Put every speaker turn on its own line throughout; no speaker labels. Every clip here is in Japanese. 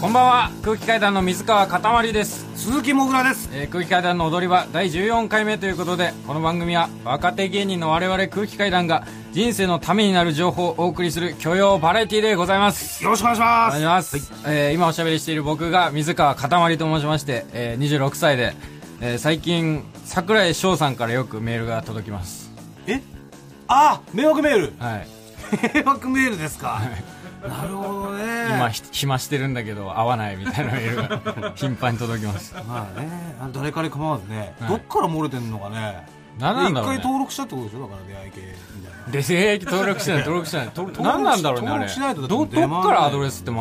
こんばんは空気階段の水川かたまりです、
鈴木もぐらです
えー空気階段の踊り場第14回目ということでこの番組は若手芸人の我々空気階段が人生のためになる情報をお送りする許容バラエティでございます
よろしくお願いし
お
ま
願い
す
します、えー今おしゃべりしている僕が水川かたまりと申しまして、えー26歳で、えー最近桜井翔さんからよくメールが届きます
えあ迷惑メール
はい
迷惑メールですかなるほどね
今ひ暇してるんだけど会わないみたいなメール が頻繁に届きます
まあねあの誰から構わずね、
はい
どっから漏れてんのかね
何なんだろうね
一回登録したってことでしょだから出会い系みたいな
で兵役登録しない登録しないと
録
何なんだろうねあれ
登録しないとだって
ど
出回ら
どっ
ない
からアドレスって回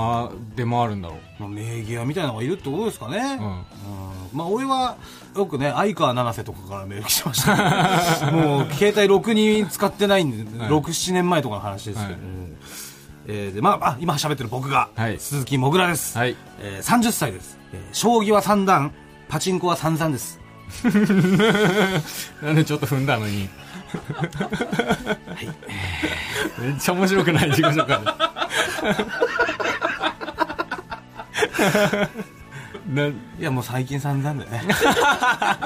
出回るんだろう
まあ、名義屋みたいなのがいるってことですかね、
うん
うんまあ、俺はよくね相川七瀬とかからメール来てました けどもう携帯ろくに使ってないんで、
はい
67年前とかの話ですけど、
はい
うんえーでまあ、あ今喋ってる僕が、
はい
鈴木もぐらです、
はい
えー30歳です、えー将棋は三段パチンコは三々です
なんでちょっと踏んだのにめっちゃ面白くない自己紹介です
いやもう最近三々 だねあ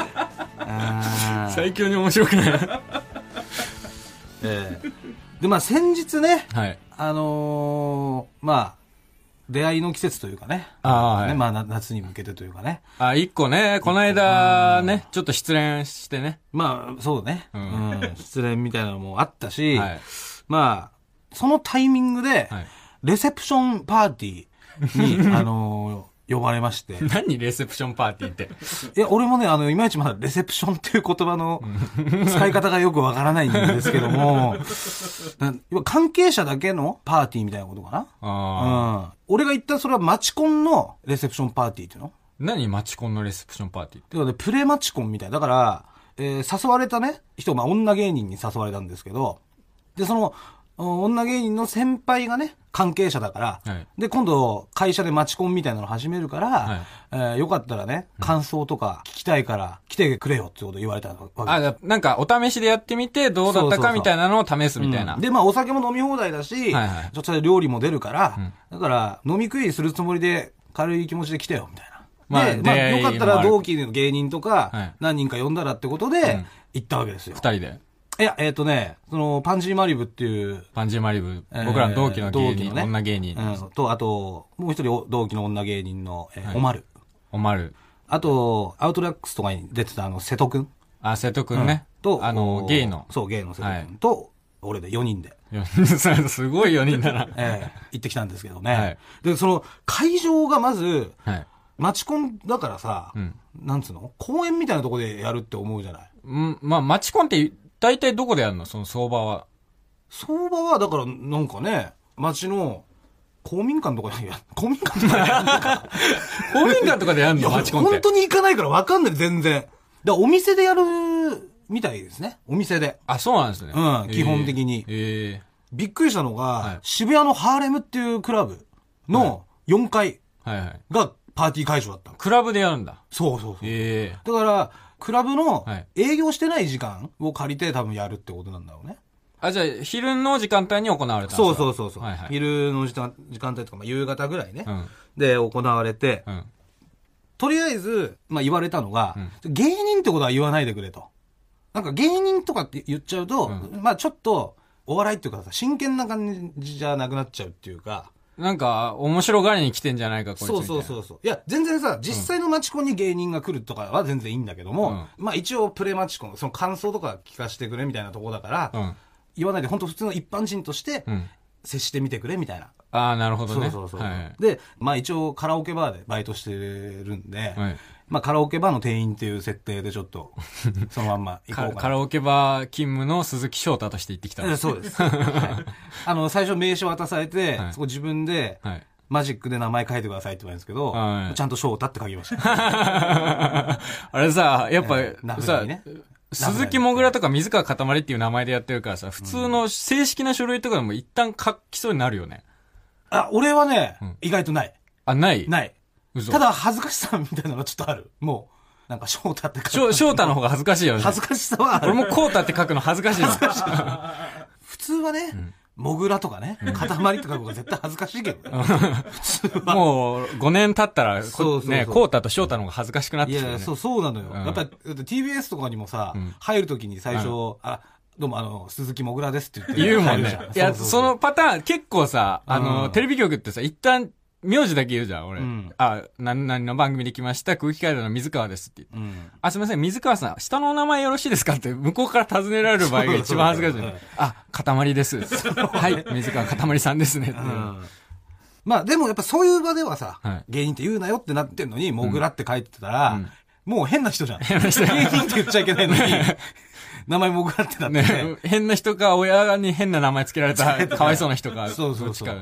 な
ー
最強に面白くない
えーでまあ先日ね
はい
あのーまあ出会いの季節というかね
あーはい
ねまあ、な夏に向けてというかね
あ一個ねこの間ねちょっと失恋してね
まあそうね、
う
うんん失恋みたいなのもあったし、
はい
まあそのタイミングで、
はい
レセプションパーティ ーにあのー呼ばれまして
何レセプションパーティーって
いや俺もねあのいまいちまだレセプションっていう言葉の使い方がよくわからないんですけどもなん要は関係者だけのパーティーみたいなことかな
ああ
うん、俺が言ったそれはマチコンのレセプションパーティーっていうの
何マチコンのレセプションパーティーって
だからね、プレマチコンみたいな。だから、えー誘われたね、人、まあ女芸人に誘われたんですけど、で、その、お女芸人の先輩がね、関係者だから、
はい
で、今度、会社でマチコンみたいなの始めるから、
はい
えーよかったらね、感想とか聞きたいから、来てくれよってこと言われたわけ。
あ、だなんか、お試しでやってみて、どうだ
そ
っ
うそ
た
うそ
か
う
みたいなのを試すみたいな。
うんで、まあ、お酒も飲み放題だし、
はいはい
そしたら料理も出るから、だから、飲み食いするつもりで、軽い気持ちで来てよ、みたいな。
まあ
で、
出
まあ、
会い
よかった
もあ
ら
る
同期の芸人とか、
はい
何人か呼んだらってことで、
ん
行ったわけですよ。
二人で。
いや、えっ、とね、その、パンジーマリブっていう、
パンジーマリブ、
えー
僕らの同期の芸
同期
人、
のね
女芸人、
うんと、あと、もう一人お同期の女芸人の、えー
はい
おまる。
おまる、
あと、アウトラックスとかに出てたあの、瀬戸くん。
あ、瀬戸くんね。
と、
あの、ゲイの。
そう、ゲイの瀬戸くん。
はい
と、俺で4人で。
いやすごい4人だな。
ええ行ってきたんですけどね。
はい
で、その、会場がまず、
はい。
マチコンだからさ、
うん
なんつうの公園みたいなとこでやるって思うじゃない。
うん、まあ、マチコンって、大体どこでやるのその相場は。
相場は、だから、なんかね、町の、公民館とかでや、公民館とかでやるのか
公民館とかでやる
い
の
や
マチコンっ
本
て。
当に行かないから分かんない、全然。だからお店でやる、みたいですね。お店で。
あ、そうなんですね。
うん
えー
基本的に
ええ
びっくりしたのが、
はい
渋谷のハーレムっていうクラブの4階
はいはい。
がパーティー会場だったの。
クラブでやるんだ。
そうそうそう。
ええ
だから、クラブの
はい
営業してない時間を借りて多分やるってことなんだろうね。
あ、じゃあ、昼の時間帯に行われた。
そうそううそうそう、
はいはい
昼の時間時間帯とか、まあ、夕方ぐらいね、
うん。
で行われて、
うん。
とりあえず、まあ、言われたのが、芸人ってことは言わないでくれと。なんか芸人とかって言っちゃうと、まあちょっとお笑いっていうかさ、真剣な感じじゃなくなっちゃうっていうか、
なんか、面白がりに来てんじゃないか、こいつみたい
そう
な。
そうそうそう。いや、全然さ、実際のマチコンに芸人が来るとかは全然いいんだけども、まあ一応プレマチコン、その感想とか聞かせてくれみたいなとこだから、
うん。
言わないで、本当普通の一般人として
うん。
接してみてくれみたいな。
ああ、なるほど
そう
ね。
そうそう。
はい。
で、まあ一応カラオケバーでバイトしてるんで、
はい
まあカラオケバーの店員っていう設定でちょっ と、そのまんま
カ
行こう
カ
かな。
ラオケバー勤務の鈴木翔太として行ってきたん
え
です。
そ うです。はいあの、最初名刺渡されて、
はい
そこ自分で、
はい。
マジックで名前書いてくださいって言われるんですけど、
はい
ちゃんと翔太って書きました。
あれさ、やっぱ、
えー名札
さ
にね、
鈴木もぐらとか水川かたまりっていう名前でやってるからさ、普通の正式な書類とかでも一旦書きそうになるよね。
あ、俺はね、意外とない。
あ、ない
ない。
嘘。
ただ、恥ずかしさみたいなのがちょっとある。もう、なんか、翔太って
翔
書く。
翔太の方が恥ずかしいよね。
恥ずかしさはあ
俺
る。
もこうたって書くの恥ずかしいの。
普通はね、モグラとかね、塊とかの方が絶対恥ずかし いけどね。普通は。
もう、5年経ったら、こ
そうそうそう
ね、こうたと翔太の方が恥ずかしくなって
い
き
や
て
い
るね
や、。そう、そうなのよ。
ん
やっぱ、だって TBS とかにもさ、
ん
入るときに最初、あ、どうもあの、鈴木もぐらですって言って。
言うもんね
入る。
い
じゃん
や、そ、のパターン、結構さ、あ
う
の、
ん
テレビ局ってさ、一旦、名字だけ言うじゃん、俺
うん。
あ、何々の番組で来ました、空気階段の水川ですって言って。
ううん。
あ、すみません、水川さん、下のお名前よろしいですかって、向こうから尋ねられる場合が一番恥ずかしい
そうそうそう。
あ、塊です。はい、水川かたまりさんですね。っていう
まあでもやっぱそういう場ではさ、
はい
芸人って言うなよってなってんのに、モグラって書いてたら、
うん
もう変な人じゃ ん。
変な人
芸人って言っちゃいけ ないのに、名前モグラってなって、
ね、変な人か、親に変な名前つけられた、かわいそうな人か、
そうそうそう
どっちか。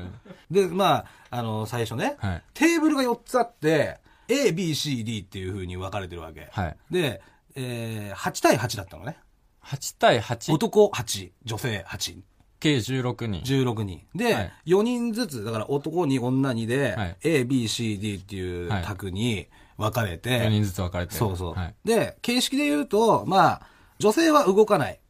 で、まあ、あの、最初ね、
はい
テーブルが4つあって、A、B、C、D っていう風に分かれてるわけ。
はい
で、えー8対8だったのね。
8対8、
男8、女性8、
計16人。
16人。で、
はい
4人ずつ、だから男2、女2で、
はい
A、B、C、D っていう
はい
卓に分かれて、
4人ずつ分かれて。
そうそう、
はい。
で、形式で言うと、まあ、女性は動かない。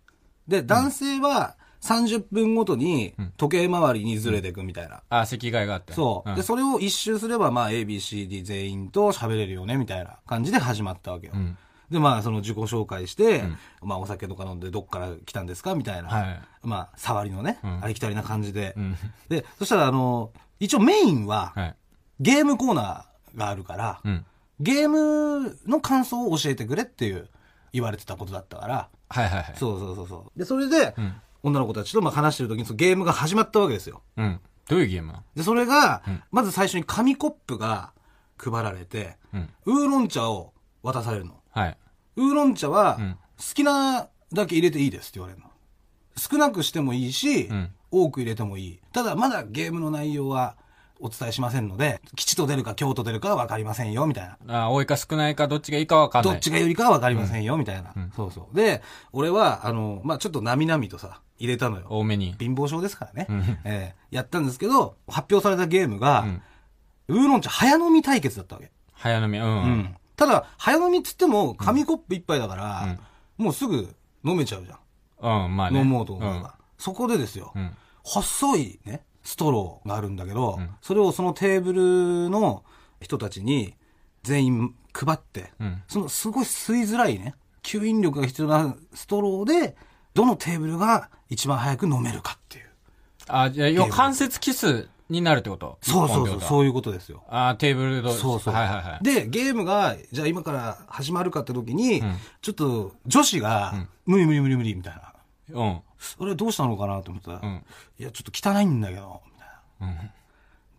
で、男性は30分ごとに時計回りにずれていくみたいな。
あ、席替えがあって。
そう、
ん
で、それを一周すれば、まあ、A、B、C、D 全員と喋れるよね、みたいな感じで始まったわけよ。
ん
で、まあ、その自己紹介して、まあ、お酒とか飲んで、どっから来たんですかみたいな、
はい
まあ、触りのね、ありきたりな感じで、
ん
で、そしたら、あの、一応メインは、
はい。
ゲームコーナーがあるから、
うん。
ゲームの感想を教えてくれっていう、言われてたことだったから、
はいはいはい。
そうそうそうそう。で、それで、女の子たちとまあ話してる時に、そのゲームが始まったわけですよ。
うん。どういうゲームなの
で、それが、まず最初に紙コップが配られて、
うん
ウーロン茶を渡されるの。
はい。
ウーロン茶は、
ん
好きなだけ入れていいですって言われるの。少なくしてもいいし、
ん
多く入れてもいい。ただ、まだゲームの内容はお伝えしませんので、吉と出るか京と出るかは分かりませんよ、みたいな。
あ、多いか少ないか、どっちがいいか分かんない。
どっちがよりかは分かりませんよ、みたいな、そうそう。で、俺は、あの、まあ、ちょっとなみなみとさ、入れたのよ。
多めに。
貧乏症ですからね、えーやったんですけど、発表されたゲームが、ウーロン茶早飲み対決だったわけ。
早飲み、うん。
うんただ、早飲みっつっても、紙コップ一杯だから、もうすぐ飲めちゃうじゃん。
うん、まあね。
飲もうと思えば、そこでですよ、細いね、ストローがあるんだけど、それをそのテーブルの人たちに全員配って、
ん
そのすごい吸いづらいね、吸引力が必要なストローで、どのテーブルが一番早く飲めるかっていう。
あ、じゃあ、要は関節キスになるってこと
そうそ
コ
う
ンピュ
そう、
ーター
そういうことですよ。
あーテーブルと、
そうそう。
はいはいはい。
で、ゲームが、じゃあ今から始まるかって時に、ちょっと女子が、無理無理無理無理みたいな。
うん。
それどうしたのかなと思ったら、
ん
いや、ちょっと汚いんだけど、みたいな。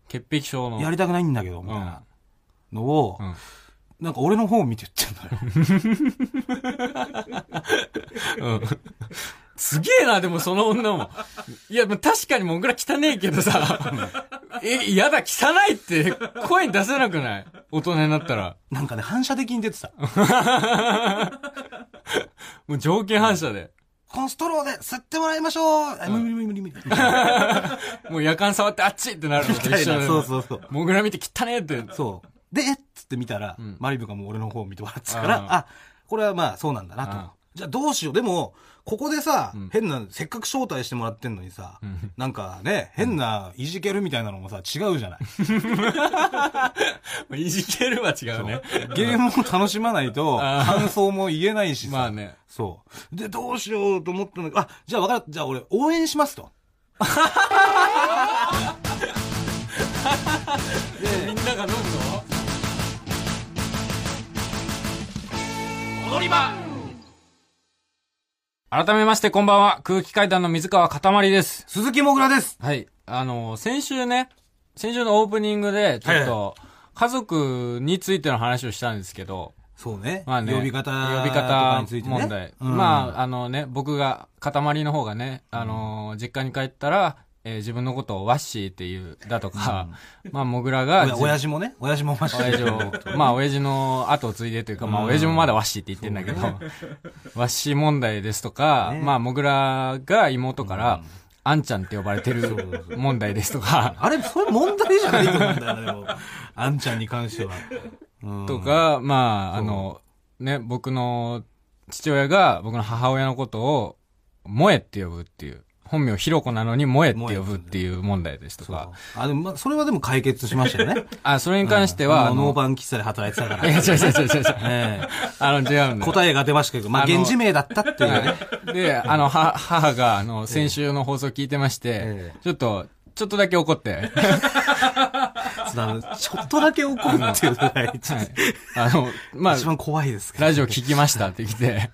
潔癖症の。
やりたくないんだけど、みたいなのを、
ん
なんか俺の方を見て言ってんのよ。
すげえな、でもその女も。いや、まあ確かにモグラ汚ねえけど さ。え、やだ、汚いって声に出せなくない大人になったら。
なんかね、反射的に出てた。
もう条件反射で。
このストローで吸ってもらいましょう、あ無理無理 無理無理無理。みたいな
もう夜間触ってあっちってなるのと一緒だよ
そうそうそう。
モグラ見て汚ねえって。
そう。で、えっつって見たら、マリブがもう俺の方を見て笑ってたか
あ
ら、あ、これはまあそうなんだな
あ
と。じゃあどうしよう。でも、ここでさ、変な、せっかく招待してもらってんのにさ、なんかね、変ないじけるみたいなのもさ、違う じゃない。
いじけるは違うね。
ゲームを楽しまないと、
あ
感想も言えないし
ま
さ
あ。ね。
そう。で、どうしようと思ったんだけど、あ、じゃあ分かった。じゃあ俺、応援しますと。
みんなが飲むぞ。改めましてこんばんは。空気階段の水川かたまりです。
鈴木もぐらです。
はい。あの、先週ね、先週のオープニングで、ちょっと、家族についての話をしたんですけど、
そうね。
まあね、
呼び方。
呼び方
についてね。
問題。
うん
まあ、あのね、僕が、塊の方がね、あの、実家に帰ったら、えー自分のことをワッシーっていう、だとか、まあ、モグラが、
おや親父もね、親父もまし
親父を、まあ親父の後を継いでというか、まあ親父もまだわっしーって言ってんだけど、わっしー問題ですとか、
ね
まあもぐらが妹から、あんちゃんって呼ばれてる問題ですとか、
あれ、それ問題じゃないと思うんだよね、でも。 あんちゃんに関しては。うん
とか、まああの、ね、僕の父親が僕の母親のことを、萌えって呼ぶっていう。本名ひろこなのに萌えって呼ぶっていう問題ですとか。
あでもまあ、それはでも解決しましたよね。
あ、それに関しては、
あ
あ
の、ノー
の、
パン喫茶で働いてたか
いや、違
ら。
う違う違う違う違う。
ええ
あの、違うんだよ。
答えが出ましたけど、まあ、
あの
源氏名だったっていうね。
で、あの、は、母が、あの、先週の放送聞いてまして、
ええ
ちょっと、ちょっとだけ怒って、 はい
そのちょっとだけ怒るっていうのが一番
あの、まあ
一、番怖いですけど。
ラジオ聞きましたって来て、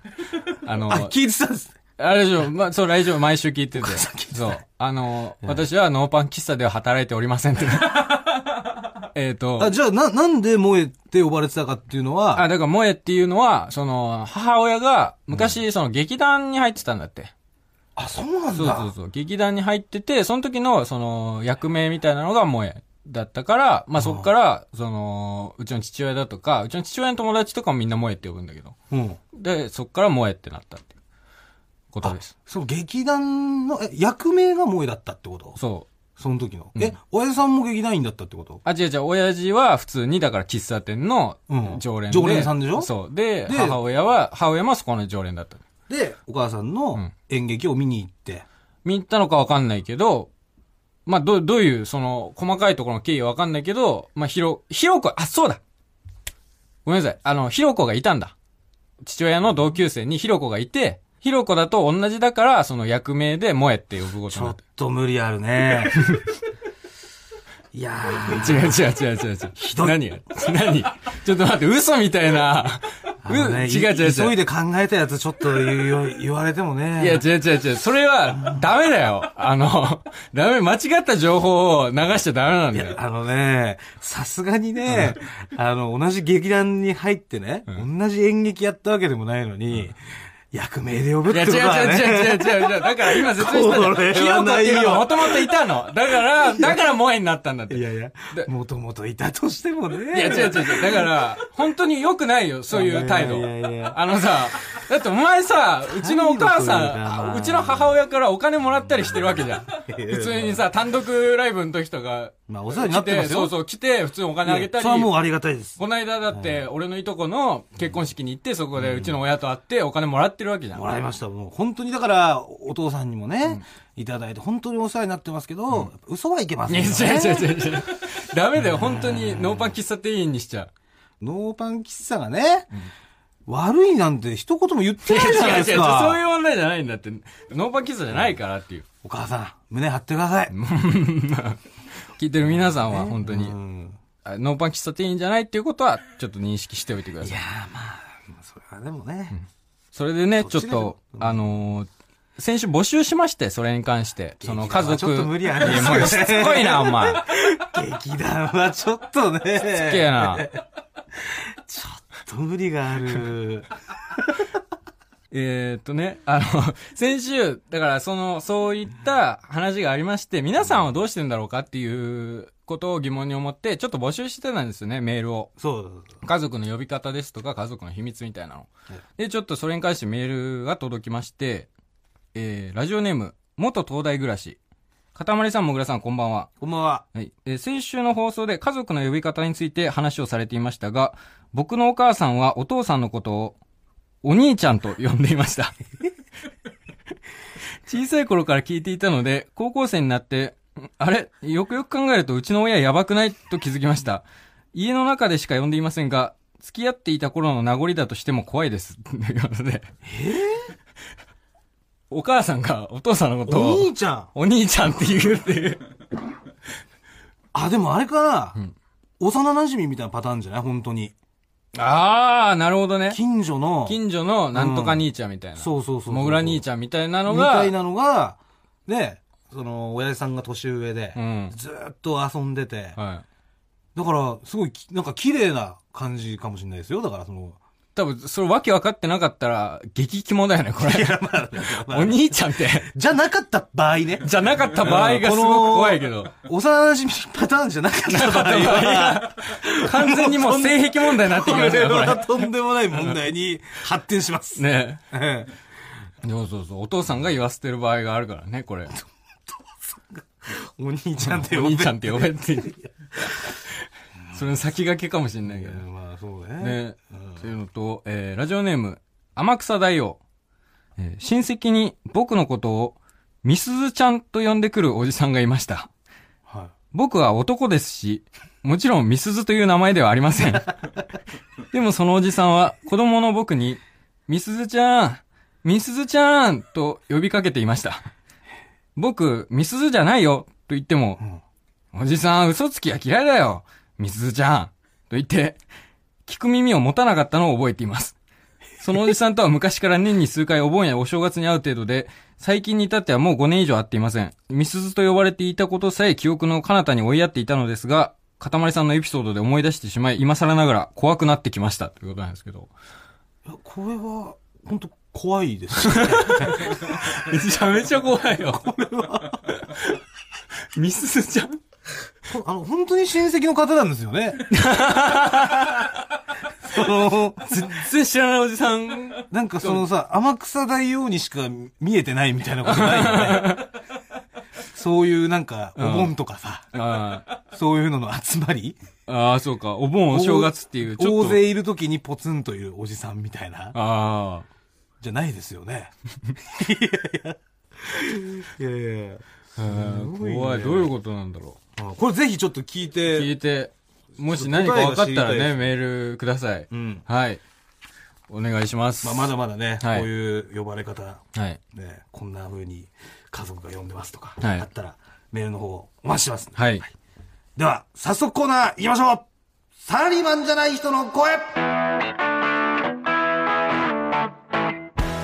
あの、
あ、聞いてたんですね。
あラジオ、まあ、そう、ラジオ毎週聞いてて。
さん聞いてた
そう。あの、私はノーパン喫茶では働いておりません って。えっと
あ、、じゃあ、な、なんで萌えって呼ばれてたかっていうの
あ、
は、
だから、萌えっていうのは、その、母親が、昔、その、劇団に入ってたんだって。
あ、そうなん
そうそう
だ。
そう。劇団に入ってて、その時の、その、役名みたいなのが萌えだったから、まあ、そっから、その、うちの父親だとか、うちの父親の友達とかもみんな萌えって呼ぶんだけど。
うん。
で、そっから萌えってなったっていうことです。
その劇団の、え、役名が萌えだったってこと
そう。
その時の。え、親父さんも劇団員だったってこと
あ、違う違う、親父は普通に、だから喫茶店の
うん
常連で、
常連さんでしょ
そう。で、
で
母親は、母親もそこの常連だった。
で、お母さん
う
の
ん
演劇を見に行って。
見に行ったのかわかんないけど、まあ、どう、どういう、その、細かいところの経緯はわかんないけど、まあ、ひろ、ひろこ、あ、そうだごめんなさい。あの、ひろこがいたんだ。父親の同級生にひろこがいて、ひろこだと同じだから、その役名で萌えって呼ぶこと
ち
に
ょ
なっ。
ったと無理あ るね。いやー。
違う違う違う違う違う。ひどい。何何ちょっと待って、嘘みたいな。
あ
う、
のね
違う違う違う。
急いで考えたやつちょっと言う言われてもね。
いや、違う違う違う。それは、ダメだよ。あの、ダメ、間違った情報を流しちゃダメなんだよ。
あのね、さすがにね、あの、同じ劇団に入ってね、同じ演劇やったわけでもないのに、役名で呼ぶっ
いや、
て
違う違う
ことはね。
違う違う違う違う。だから今説明したじゃん
これは
ひろこっていうのはもともといたの。だから、だから萌えになったんだって。い
い
や、
やいや
で、
もともといたとしてもね。
違う違う違う。だから、本当に良くないよ、そういう態度
いやいやい。や
あのさ、だってお前さ、うちのお母さ
態度というかま
ん
あ
あ、うちの母親からお金もらったりしてるわけじゃん。
いや
普通にさ、単独ライブの時とか、
まあ、お世話になってますよ。
そうそう、来て、普通にお金あげたり。
それはもうありがたいです。
この間だって、俺のいとこの結婚式に行って、そこでうちの親と会ってお金もらってるわけじゃん。
もらいました。もう本当にだから、お父さんにもね、いただいて、本当にお世話になってますけど、嘘はいけま
い
せ
や
ん
違
よ、ね。
う違う違う違う。ダメだよ、本当にノーパン喫茶店員にしちゃう。
ノーパン喫茶がね、悪いなんて一言も言ってないじゃないですか。
そういう問題じゃないんだって、ノーパン喫茶じゃないからっていう。
お母さん、胸張ってください。
聞いてる皆さんは本当に
う、ん
あノーパン喫茶店員じゃないっていうことは、ちょっと認識しておいてくだ
い
さ
や
い。
ーまあ、まあそれはでもね、
それでね、ち
そ
ょ
っ
っ
ちが
と、あのー、先週募集しまして、それに関して。その家族。
ちょっと無理あり
いや
ま
も
す
う
よ
しつこいな、お 前。
劇団はちょっとね、
すっげえな。
ちょっと無理がある。
えーっとね、あの、 先週、だからその、そういった話がありまして、皆さんはどうしてるんだろうかっていうことを疑問に思って、ちょっと募集してたんですよね、メールを。
そう
家族の呼び方ですとか、家族の秘密みたいなの
はい。
で、ちょっとそれに関してメールが届きまして、えー、ラジオネーム、元東大暮らし。かたまりさん、もぐらさん、こんばんは。
こんばんは。
はい、えー先週の放送で家族の呼び方について話をされていましたが、僕のお母さんはお父さんのことをお兄ちゃんと呼んでいま した。小さい頃から聞いていたので、高校生になって、んあれよくよく考えるとうちの親やばくないと気づきました。家の中でしか呼んでいませんが、付き合っていた頃の名残だとしても怖いです。ということで。お母さんがお父さんのこと
お
を
兄ちゃん。
お兄ちゃんって言うっていう。
あ、でもあれかな、幼馴染みたいなパターンじゃない本当に。
ああ、なるほどね。
近所の、
近所のなんとか兄ちゃんみたいな。
そうそうそうそう
もぐら兄ちゃんみたいなの
みた
が
い、なのが、ね、その、親父さんが年上で、
うん
ずーっと遊んでて、
はい。
だから、すごいき、なんか綺麗な感じかもしれないですよ。だから、そ の、
多分、それわけ分かってなかったら、激肝だよね、これ。
まあ
お兄ちゃんって、
じゃなかった場合ね。
じゃなかった場合がすごく怖いけど。
幼馴染パターンじゃなかった場合は、
完全にもう性癖問題になってき
こ
ました
れ
よ、こ
は
れ。
とんでもない問題に発展します。
ね
ええ
そうそうそう。お父さんが言わせてる場合があるからね、これ。
お兄ちゃんって
お
呼ん
兄
で
ちゃんって呼べって。それの先駆けかもしれないけど。
まあ、そうね。
ね、というのと、えーラジオネーム、天草大王。えー親戚に僕のことを、みすずちゃんと呼んでくるおじさんがいました。
は
僕は男ですし、もちろんみすずという名前ではありません。でもそのおじさんは子供の僕に、みすずちゃん、みすずちゃんと呼びかけていました。僕、みすずじゃないよと言っても、
ん
おじさん嘘つきは嫌いだよ、みすずちゃんと言って、聞く耳を持たなかったのを覚えています。そのおじさんとは昔から年に数回お盆やお正月に会う程度で、最近に至ってはもう5年以上会っていません。ミスズと呼ばれていたことさえ記憶の彼方に追いやっていたのですが、かたまりさんのエピソードで思い出してしまい、今更ながら怖くなってきました。ということなんですけど。
い。いやこれは、本当怖いですね。
めちゃめちゃ怖いよ。これは。 ミスズちゃん
こあの、本当に親戚の方なんですよね。 その、
全然知らないおじさん。
なんかそのさ、天草大王にしか見えてないみたいなことないよね。そういうなんか、お盆とかさ、
あ
そういうのの集まり
ーあー、そうか。お盆、お正月っていう、ちょっと。
大勢いる時にポツンというおじさんみたいな、
あ
じゃないですよね。 いやいや。いやいや
あ。
ごいね
怖い。どういうことなんだろう。
うんこれぜひちょっと聞い
聞
て、
いて、もし何か分かったら
答えが知りたいで
ね、
す
メールください。
うん
はい。お願いします。
まあ、まだまだね、
はい
こういう呼ばれ方、
はい。
ね、こんな風に家族が呼んでますとか、
はい
あったらメールの方お待ちしてますんで、
はい。
では、早速コーナー行きましょうサラリーマンじゃない人の声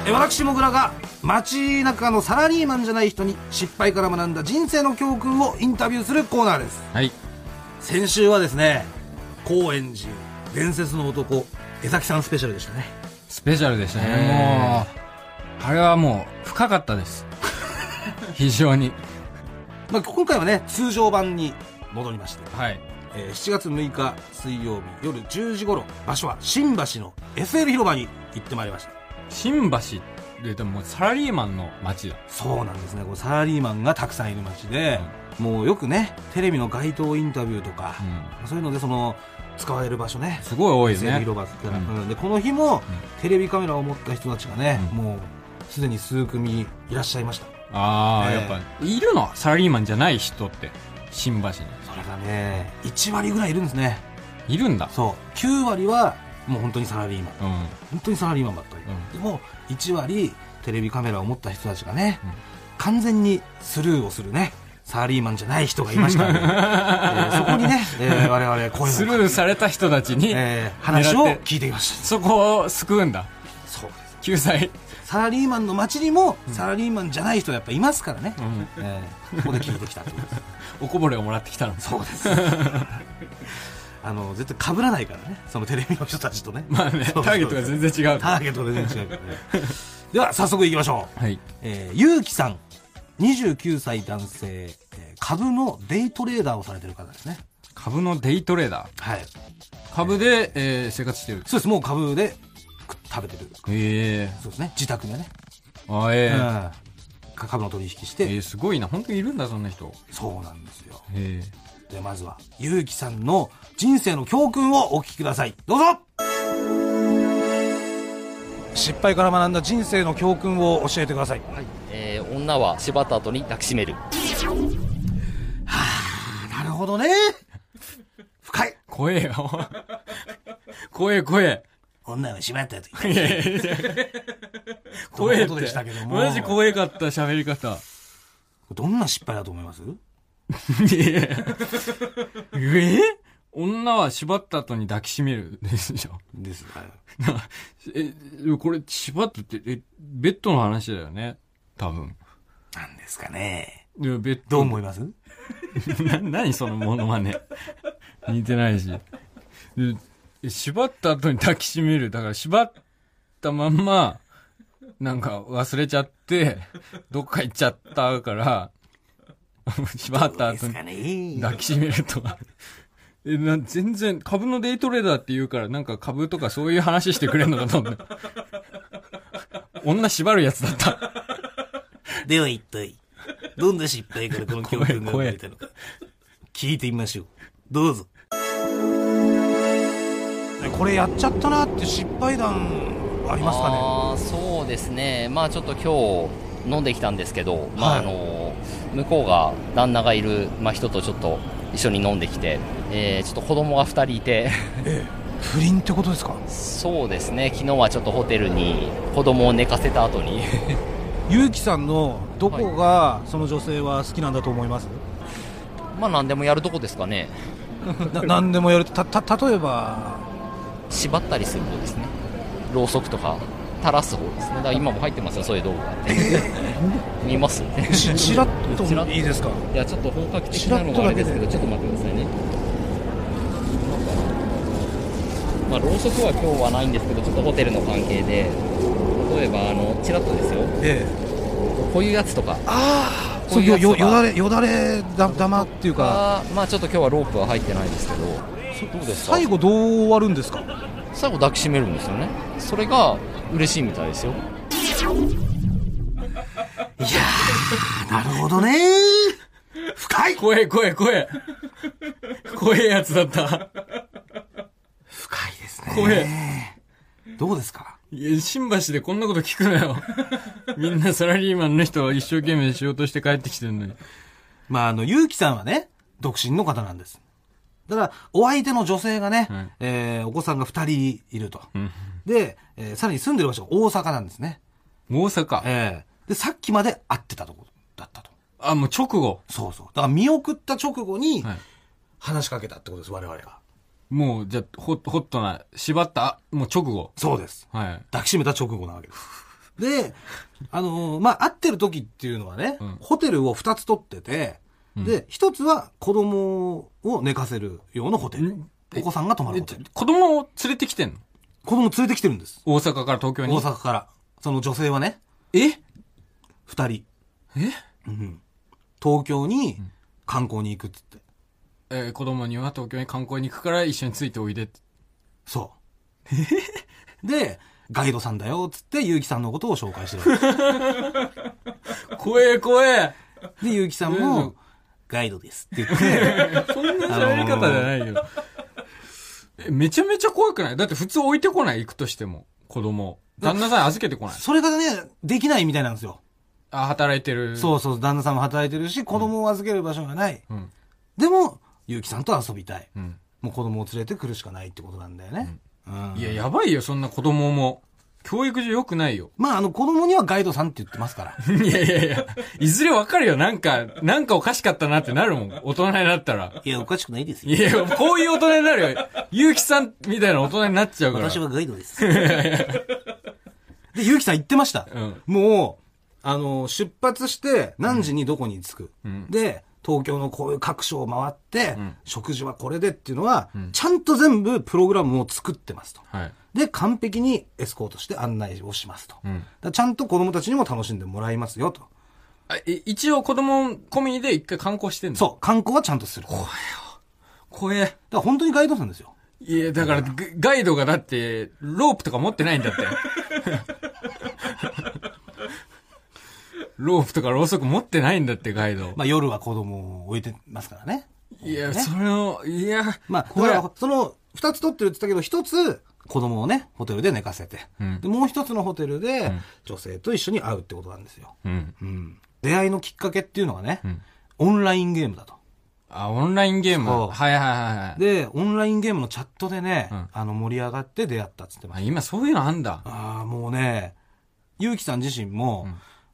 え私、もぐらが街中のサラリーマンじゃない人に失敗から学んだ人生の教訓をインタビューするコーナーです。
はい。
先週はですね、高円寺伝説の男、江崎さんスペシャルでしたね。
スペシャルでしたね。も
へ
う、あれはもう、深かった です。非常に。
まあ、今回はね、通常版に戻りまして、
はい。
えー7月6日水曜日夜10時頃、場所は新橋の SL 広場に行ってまいりました。
新橋で、でもサラリーマンの街だ。
そうなんですねこれサラリーマンがたくさんいる街で、もうよくねテレビの街頭インタビューとか
う、ん。
そういうのでその使われる場所ね
すごい多いです
西武
ね。
広場って言ったら、
う
うんでこの日も、テレビカメラを持った人たちがね、
うん
もうすでに数組いらっしゃいました
ああ、
ええ
やっぱ、いるのサラリーマンじゃない人って。新橋に。
それがね1割ぐらいいるんですね
いるんだ。
そう9割はもう本当にサラリーマ
う
ン
ん。うん。
本当にサラリーマンばっかり、
うん
でも1割テレビカメラを持った人たちがね、
うん
完全にスルーをするねサラリーマンじゃない人がいました ので、えーそこにね、えー我々声を
スル
かけ
ーされた人たちに、
えー話を
狙って
聞いてきまし
そこを救うんだ。
たそうです
救済。
サラリーマンの街にもサラリーマンじゃない人やっぱいますからね、
ん。
えーここで聞いてきたってこと です
おこぼれをもらってきたの
そうですあの絶対被らないからねそのテレビの人たちとね,、
まあねタ
そうそう
ーゲットが全然違う
ターゲットが全然違うからねでは早速いきましょう
はい
えー、ゆうきさん29歳男性、えー株のデイトレーダーをされてる方ですね
株のデイトレーダー
はい
株で、えー生活してる
そうですもう株で食食べてる
ええ
そうですね自宅でね、
あええ
うんか株の取引し
え
て
ーすごいな本当にいるんだそんな人
そうなんですよ
え
でまずはゆうきさんの人生の教訓をお聞きくださいどうぞ失敗から学んだ人生の教訓を教えてください、
はいえー女は縛った後に抱きしめる。
なるほどね深い
怖えよ怖え怖え
女は縛ったやつ
いやいやいや怖えっ
との こと
て
でしたけども
マジ怖えかった喋り方
どんな失敗だと思います
いやいやえー女は縛った後に抱きしめるでしょ
ですはい
なえ、でもこれ、縛ってって、え、ベッドの話だよね多分。
なんですかね。
いや、ベッ
どう
ド、
思います
な、何そのモノマネ。似てないし。でえ縛った後に抱きしめる。だから、縛ったまんま、なんか忘れちゃって、どっか行っちゃったから、 縛った後に
ね
抱きしめるとか。 え、な、全然、株のデイトレーダーって言うから、なんか株とかそういう 話してくれんのかと思った。女縛るやつだった。
では一体、どんな失敗からこの教訓が生まれたのか。聞いてみましょう。どうぞ。これやっちゃったなって失敗談ありますかね
あーそうですね。まあちょっと今日、飲んできたんですけど、まあ
はい
あの向こうが旦那がいる、まあ、人とちょっと一緒に飲んできて、えーちょっと子供が2人い て
不倫ってことですか
そうですね昨日はちょっとホテルに子供を寝かせた後に
ゆうきさんのどこがその女性は好きなんだと思います、
まあ何でもやるとこですかね
な何でもやるたた例えば
縛ったりする方ですねろうそくとか垂らす方ですねだから今も入ってますよそういう道具が 見ます
ちちらっと
ちらっと
いいですか
いやちょっと本格的なのがあれですけどちょっと待ってくださいねまあろうそくは今日はないんですけどちょっとホテルの関係で例えばあのチラッとですよ
ええ
こういうやつとか
ああ
こういうやつ
よ
とか
よだれよだれだ玉っていうか
あーまあちょっと今日はロープは入ってないんですけどどうですか
最後どう終わるんですか
最後抱きしめるんですよねそれが嬉しいみたいですよ
なるほどね深い
怖え怖え怖え。怖えやつだった。
深いですね
怖え。
どうですか
いや、新橋でこんなこと聞くなよ。みんなサラリーマンの人は一生懸命仕事して帰ってきてるのに。
まあ、あの、ゆうきさんはね、独身の方なんです。ただお相手の女性がね、
はい
えーお子さんが二人いると。
ん
で、えーさらに住んでる場所が大阪なんですね。
大阪。
えーで、さっきまで会ってたとこだったと。
あ、もう直後。
そうそう。だから見送った直後に
はい、
話しかけたってことです、我々が。
もう、じゃあ、ホッホットな、縛った、もう直後。
そうです。
はい。
抱きしめた直後なわけです。で、あのーまあ、会ってる時っていうのはね、
うん
ホテルを二つ取ってて、で、一つは子供を寝かせる用のホテル
ん。
お子さんが泊まる
え
ホテル。
子供を連れてきてんの
子供連れてきてるんです。
大阪から東京に。
大阪から。その女性はね、
え
二人。
え
うん東京に観光に行くっつって。
えー子供には東京に観光に行くから一緒についておいでって。
そう。で、ガイドさんだよっつって、結城さんのことを紹介してるわけで
怖え怖え
す。で、結城さん
うん
も、ガイドですって言って、
そんな喋り方じゃないよ。えめちゃめちゃ怖くないだって普通置いてこない行くとしても。子供を。旦那さん預けてこない。
それがね、できないみたいなんですよ。
あ、働いてる。
そうそう、旦那さんも働いてるし、子供を預ける場所がない。
うん。
でも、結城さんと遊びたい。
うん。
もう子供を連れてくるしかないってことなんだよね。うん
いや、やばいよ、そんな子供も。教育上良くないよ。
まあ、あの、子供にはガイドさんって言ってますから。
いやいやいや。いずれわかるよ。なんか、なんかおかしかったなってなるもん。大人になったら。
いや、おかしくないですよ。
いや、こういう大人になるよ。ゆうきさんみたいな大人になっちゃうから。
私はガイド です。で、ゆうきさん言ってました。
うん
もう、あの、出発して、何時にどこに着く。で、東京のこういう各所を回って、食事はこれでっていうのは、ちゃんと全部プログラムを作ってますと。
はい。
で、完璧にエスコートして案内をしますと。
ん
だからちゃんと子供たちにも楽しんでもらいますよと。
あい一応子供込みで一回観光してんの
そう、観光はちゃんとする。だか
怖え。
ら本当にガイドさんですよ。
いや、だから、ガガイドがだって、ロープとか持ってないんだっ て。ロープとかろうそく持ってないんだって、ガイド。
まあ夜は子供を置いてますからね。
いや、それを、いや、
まあ、だか
怖い。
ら、その、二つ取ってるって言ったけど、一つ、子供をね、ホテルで寝かせて、
ん
でもう一つのホテルで、女性と一緒に会うってことなんですよ。
うん。
うん。出会いのきっかけっていうのがね、オンラインゲームだと。
あ、オンラインゲーム。
そう
はいはいはいはい。
で、オンラインゲームのチャットでね、
ん
あの、盛り上がって出会ったって言ってま
あ
した。
今そういうのあんだ。
ああ、もうね、ゆうきさん自身も、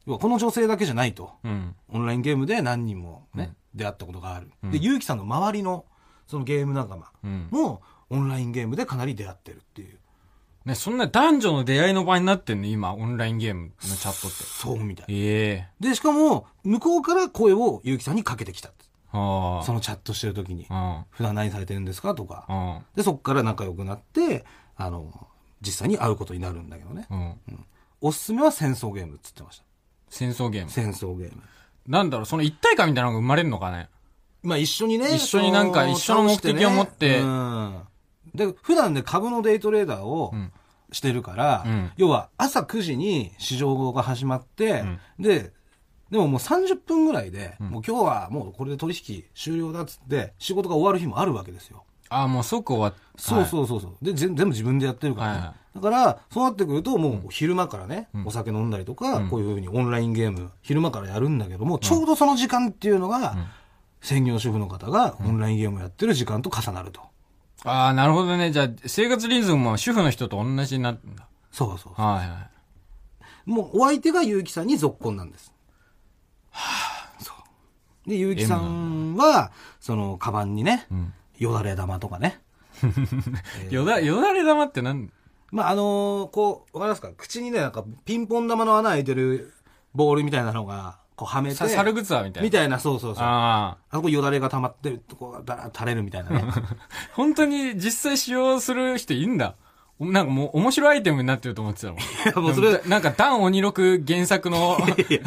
要はこの女性だけじゃないと。
うん。
オンラインゲームで何人もね、出会ったことがある。で、ゆうきさんの周りの、そのゲーム仲間
うん
も、オンラインゲームでかなり出会ってるっていう。
ね、そんな男女の出会いの場になってんの、今、オンラインゲームのチャットって。
そうみたいな。
ええ
で、しかも、向こうから声を結城さんにかけてきたって。
はあ。
そのチャットしてる時に
う、ん。
普段何されてるんですかと
う
か。
ん。
で、そっから仲良くなって、あの、実際に会うことになるんだけどね。
うん。
おすすめは戦争ゲームって言ってました。
戦争ゲーム。
戦争ゲーム。
なんだろう、その一体感みたいなのが生まれるのかね。
まあ一緒にね。
一緒になんか
その
一緒の目的を持って
うん。で、普段ね、株のデイトレーダーを
ん
してるから、
うん
要は朝9時に市場が始まって、で、でももう30分ぐらいで、もう今日はもうこれで取引終了だっつって、仕事が終わる日もあるわけですよ。
ああ、もう即終わっ
そうそうそうそう、で全全部自分でやってるからね、
はいはい
だからそうなってくるともう昼間からね、お酒飲んだりとか、こういうふうにオンラインゲーム昼間からやるんだけども、ちょうどその時間っていうのが、専業主婦の方がオンラインゲームをやってる時間と重なると、
ああ、なるほどね。じゃあ、生活リズムも主婦の人と同じになるんだ。
そうそう
はいはい。
もうお相手が結城さんに続婚なんです。そう。で、結城さんは、その、カバンにね、よだれ玉とかね。
よだ、よだれ玉ってなん
まあ、あのーこう、わかりますか口にね、なんか、ピンポン玉の穴開いてるボールみたいなのが、こう、はめて、
さ、猿グツアーみたいな。
みたいな、そうそうそう。あ
あ
そこよだれが溜まってるとこが、だら垂れるみたいなね。
あ。本当に実際使用する人いるんだ。おなんかもう面白いアイテムになってると思ってたもん。い
やもうそれ
なんか、ダン鬼六原作の、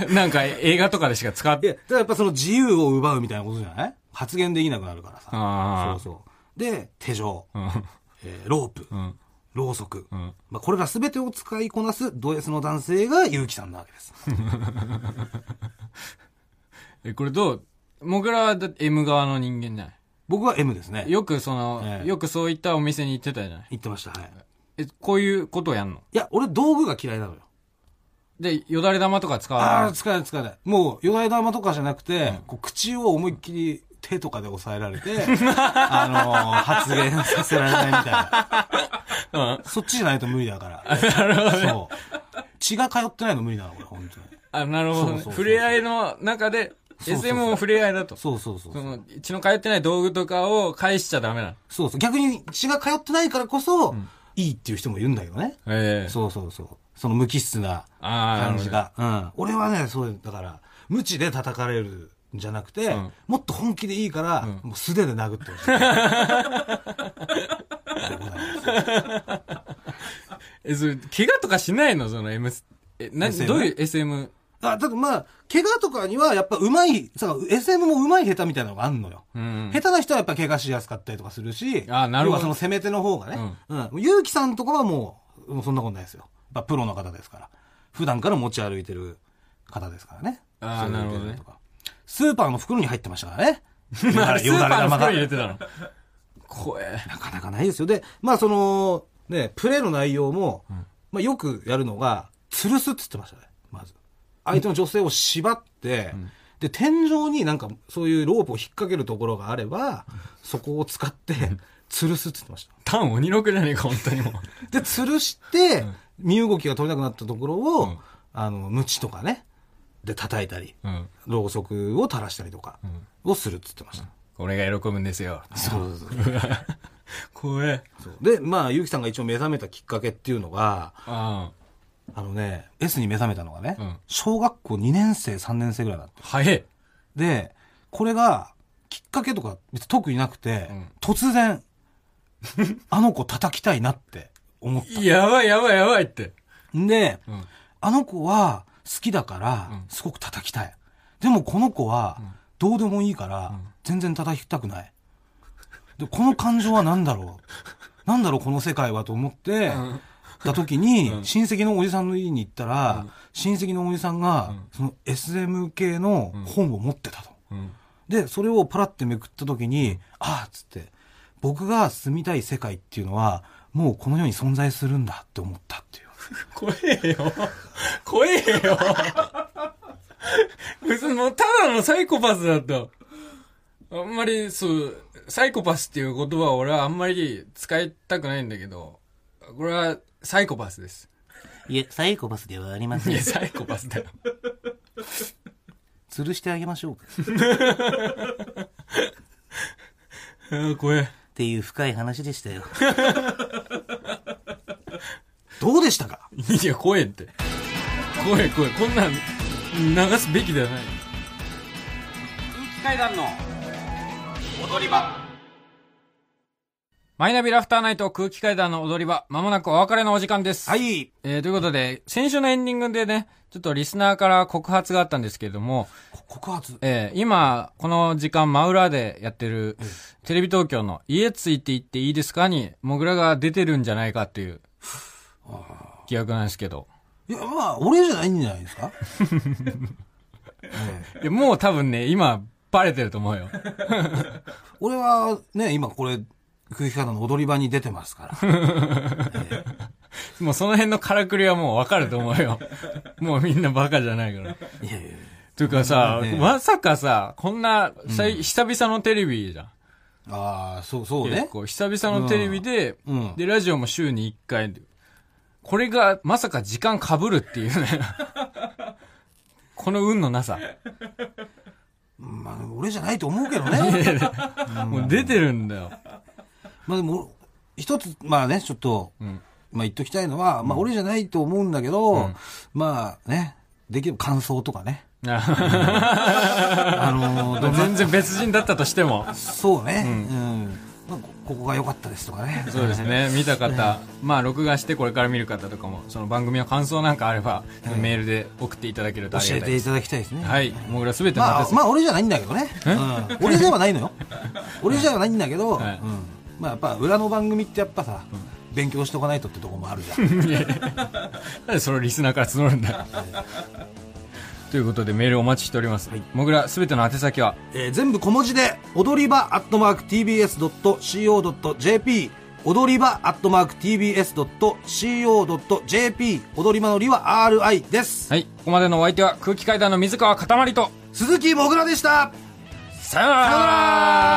なんか映画とかでしか使っ
い
て、
や、ただやっぱその自由を奪うみたいなことじゃない発言できなくなるから
あ
さ。
ー
そうそう。で、手錠、
うん。
えーロープ、
ん
ろうそく、
ん
まあ、これら全てを使いこなすド S の男性が結城さんなわけです。
え、これどうもぐらはだって M 側の人間じゃな
僕は M です
い。
ね。
よくその、
ええ
よくそういったお店に行ってたじゃない。
言ってました、はい。
え、こういうことをやんの
いや、俺道具が嫌いなのよ。
で、よだれ玉とか使わない
ああー、使えない使えない。もう、よだれ玉とかじゃなくて、こう口を思いっきり手とかで押さえられ て、あのー発言させられないみたいな。そっちじゃないと無理だから。そう。血が通ってないの無理なの、俺、本当に。
あ、なるほど
そう
ね。
そうそう
触れ合いの中で、
そうそうそう
SM も触れ合いだと。そ
そうそうそう。そう
の、血の通ってない道具とかを返しちゃダメなの。
そう逆に血が通ってないからこそ、いいっていう人もいるんだけどね。
ええ
そうそうそう。その無機質な
ああ、なる
感
ほ
じ
ど。
が。うん。俺はね、そういう、だから、無知で叩かれるんじゃなくて、
ん
もっと本気でいいから、もう素手で殴ってほしい。でございます
え、それ、怪我とかしないのその M、え、な、
SM
どういう SM?
あ、だからまあ、怪我とかには、やっぱうまい、さ、SM もうまい下手みたいなのがあんのよ。
うん。
下手な人はやっぱ怪我しやすかったりとかするし、
あなるほど
要はその攻め手の方がね。うん。勇気さんとかはもう、もうそんなことないですよ。やっぱプロの方ですから。普段から持ち歩いてる方ですからね。
あー
そういう
なるほどね
データとか。スーパーの袋に入ってましたから ね。よ
あ
だ
れ
れ
スーパーの袋に入
よだれ
れてたの。怖え。
なかなかないですよ。で、まあその、ね、プレーの内容も、まあよくやるのが、吊るすって言ってましたね、まず。相手の女性を縛って、で、天井になんかそういうロープを引っ掛けるところがあれば、そこを使って、吊るすって言ってました。
タン鬼六じゃねえか、本当にもう。
で、吊るして、身動きが取れなくなったところを、
ん
あの、鞭とかね、で叩いたり、
うん。
ろうそくを垂らしたりとか、をするって言ってました。
これが喜ぶんですよ。
そうそうそう。
怖え。
そうで、まあ、ゆうきさんが一応目覚めたきっかけっていうのが、
ああ。
あのね、S に目覚めたのがね、
うん
小学校2年生、3年生ぐらいだった。
早え。
で、これが、きっかけとか別に特になくて、
ん
突 然、あの子叩きたいなって思っ
やばいやばいやばいって。
た。んで、
うん。
あの子は好きだから
うん、
すごく叩きたい。でもこの子は、どうでもいいから、全然叩きたくない。で、この感情は何だろうなんだろうこの世界はと思って、た時に、親戚のおじさんの家に行ったら、親戚のおじさんが、その SM 系の本を持ってたと。
うん。
で、それをパラってめくった時に、ああっつって、僕が住みたい世界っていうのは、もうこの世に存在するんだって思ったっていう。
怖えよ。怖えよ。別にもうただのサイコパスだった。あんまり、そう、サイコパスっていう言葉は俺はあんまり使いたくないんだけど、これはサイコパスです。
いえ、サイコパスではありませ
いや、サイコパスだよ。
吊るしてあげましょうかっ
うん 怖え。
ていう深い話でしたよ。 どうでしたか
いや、怖えって。怖え怖え。こんなん流すべきではない。
階段の踊り場。
マイナビラフターナイト空気階段の踊り場、まもなくお別れのお時間です。
はい。
えー、ということで、先週のエンディングでね、ちょっとリスナーから告発があったんですけれども、
こ告発。
えー今、この時間、真裏でやってる、テレビ東京の家ついて行っていいですかに、モグラが出てるんじゃないかっていう、疑惑なんですけど。
いや、まあ、俺じゃないんじゃないですかええ
いや、もう多分ね、今、バレてると思うよ。
俺はね、今これ、空気階段の踊り場に出てます から。
もうその辺のからくりはもうわかると思うよ。もうみんなバカじゃないから。
いやいやいや
というかさ、
ね
まさかさ、こんな、さい久々のテレビじゃん。
ああ、そう、そう
結
ね。
構、久々のテレビで、
うんうん
で、ラジオも週に1回。これが、まさか時間被るっていうね。 この運のなさ。
まあ、俺じゃないと思うけどね。
もう出てるんだよ。
まあでも、一つ、まあね、ちょっと、
ん
まあ言っときたいのは、まあ俺じゃないと思うんだけど、まあね、できれば感想とか ね。あのーどんな
全然別人だったとしても。
そうね、うん。まあこここが良かったですとかね。
そうですね。見た方、まあ、録画してこれから見る方とかも、その番組の感想なんかあれば、メールで送っていただけるとあ
教
り
え
がたい
て
で
い
す。
ただきたいですね。
はい。もう俺は全て
ま
待
あ
て、
まあ俺じゃないんだけどね。うん、俺ではないの よ。俺じゃないんだけど、
はい
うん、まあやっぱ裏の番組ってやっぱさ、勉強しておかないとってとこもあるじゃん。
なんでそれをリスナーから募るんだということでメールお待ちしております、もぐらすべての宛先は
えー全部小文字で、踊り場アットマーク tbs.co.jp 踊り場アットマーク tbs.co.jp 踊り場のりは RI です。
はいここまでのお相手は空気階段の水川かたまりと
鈴木もぐらでした
さよなら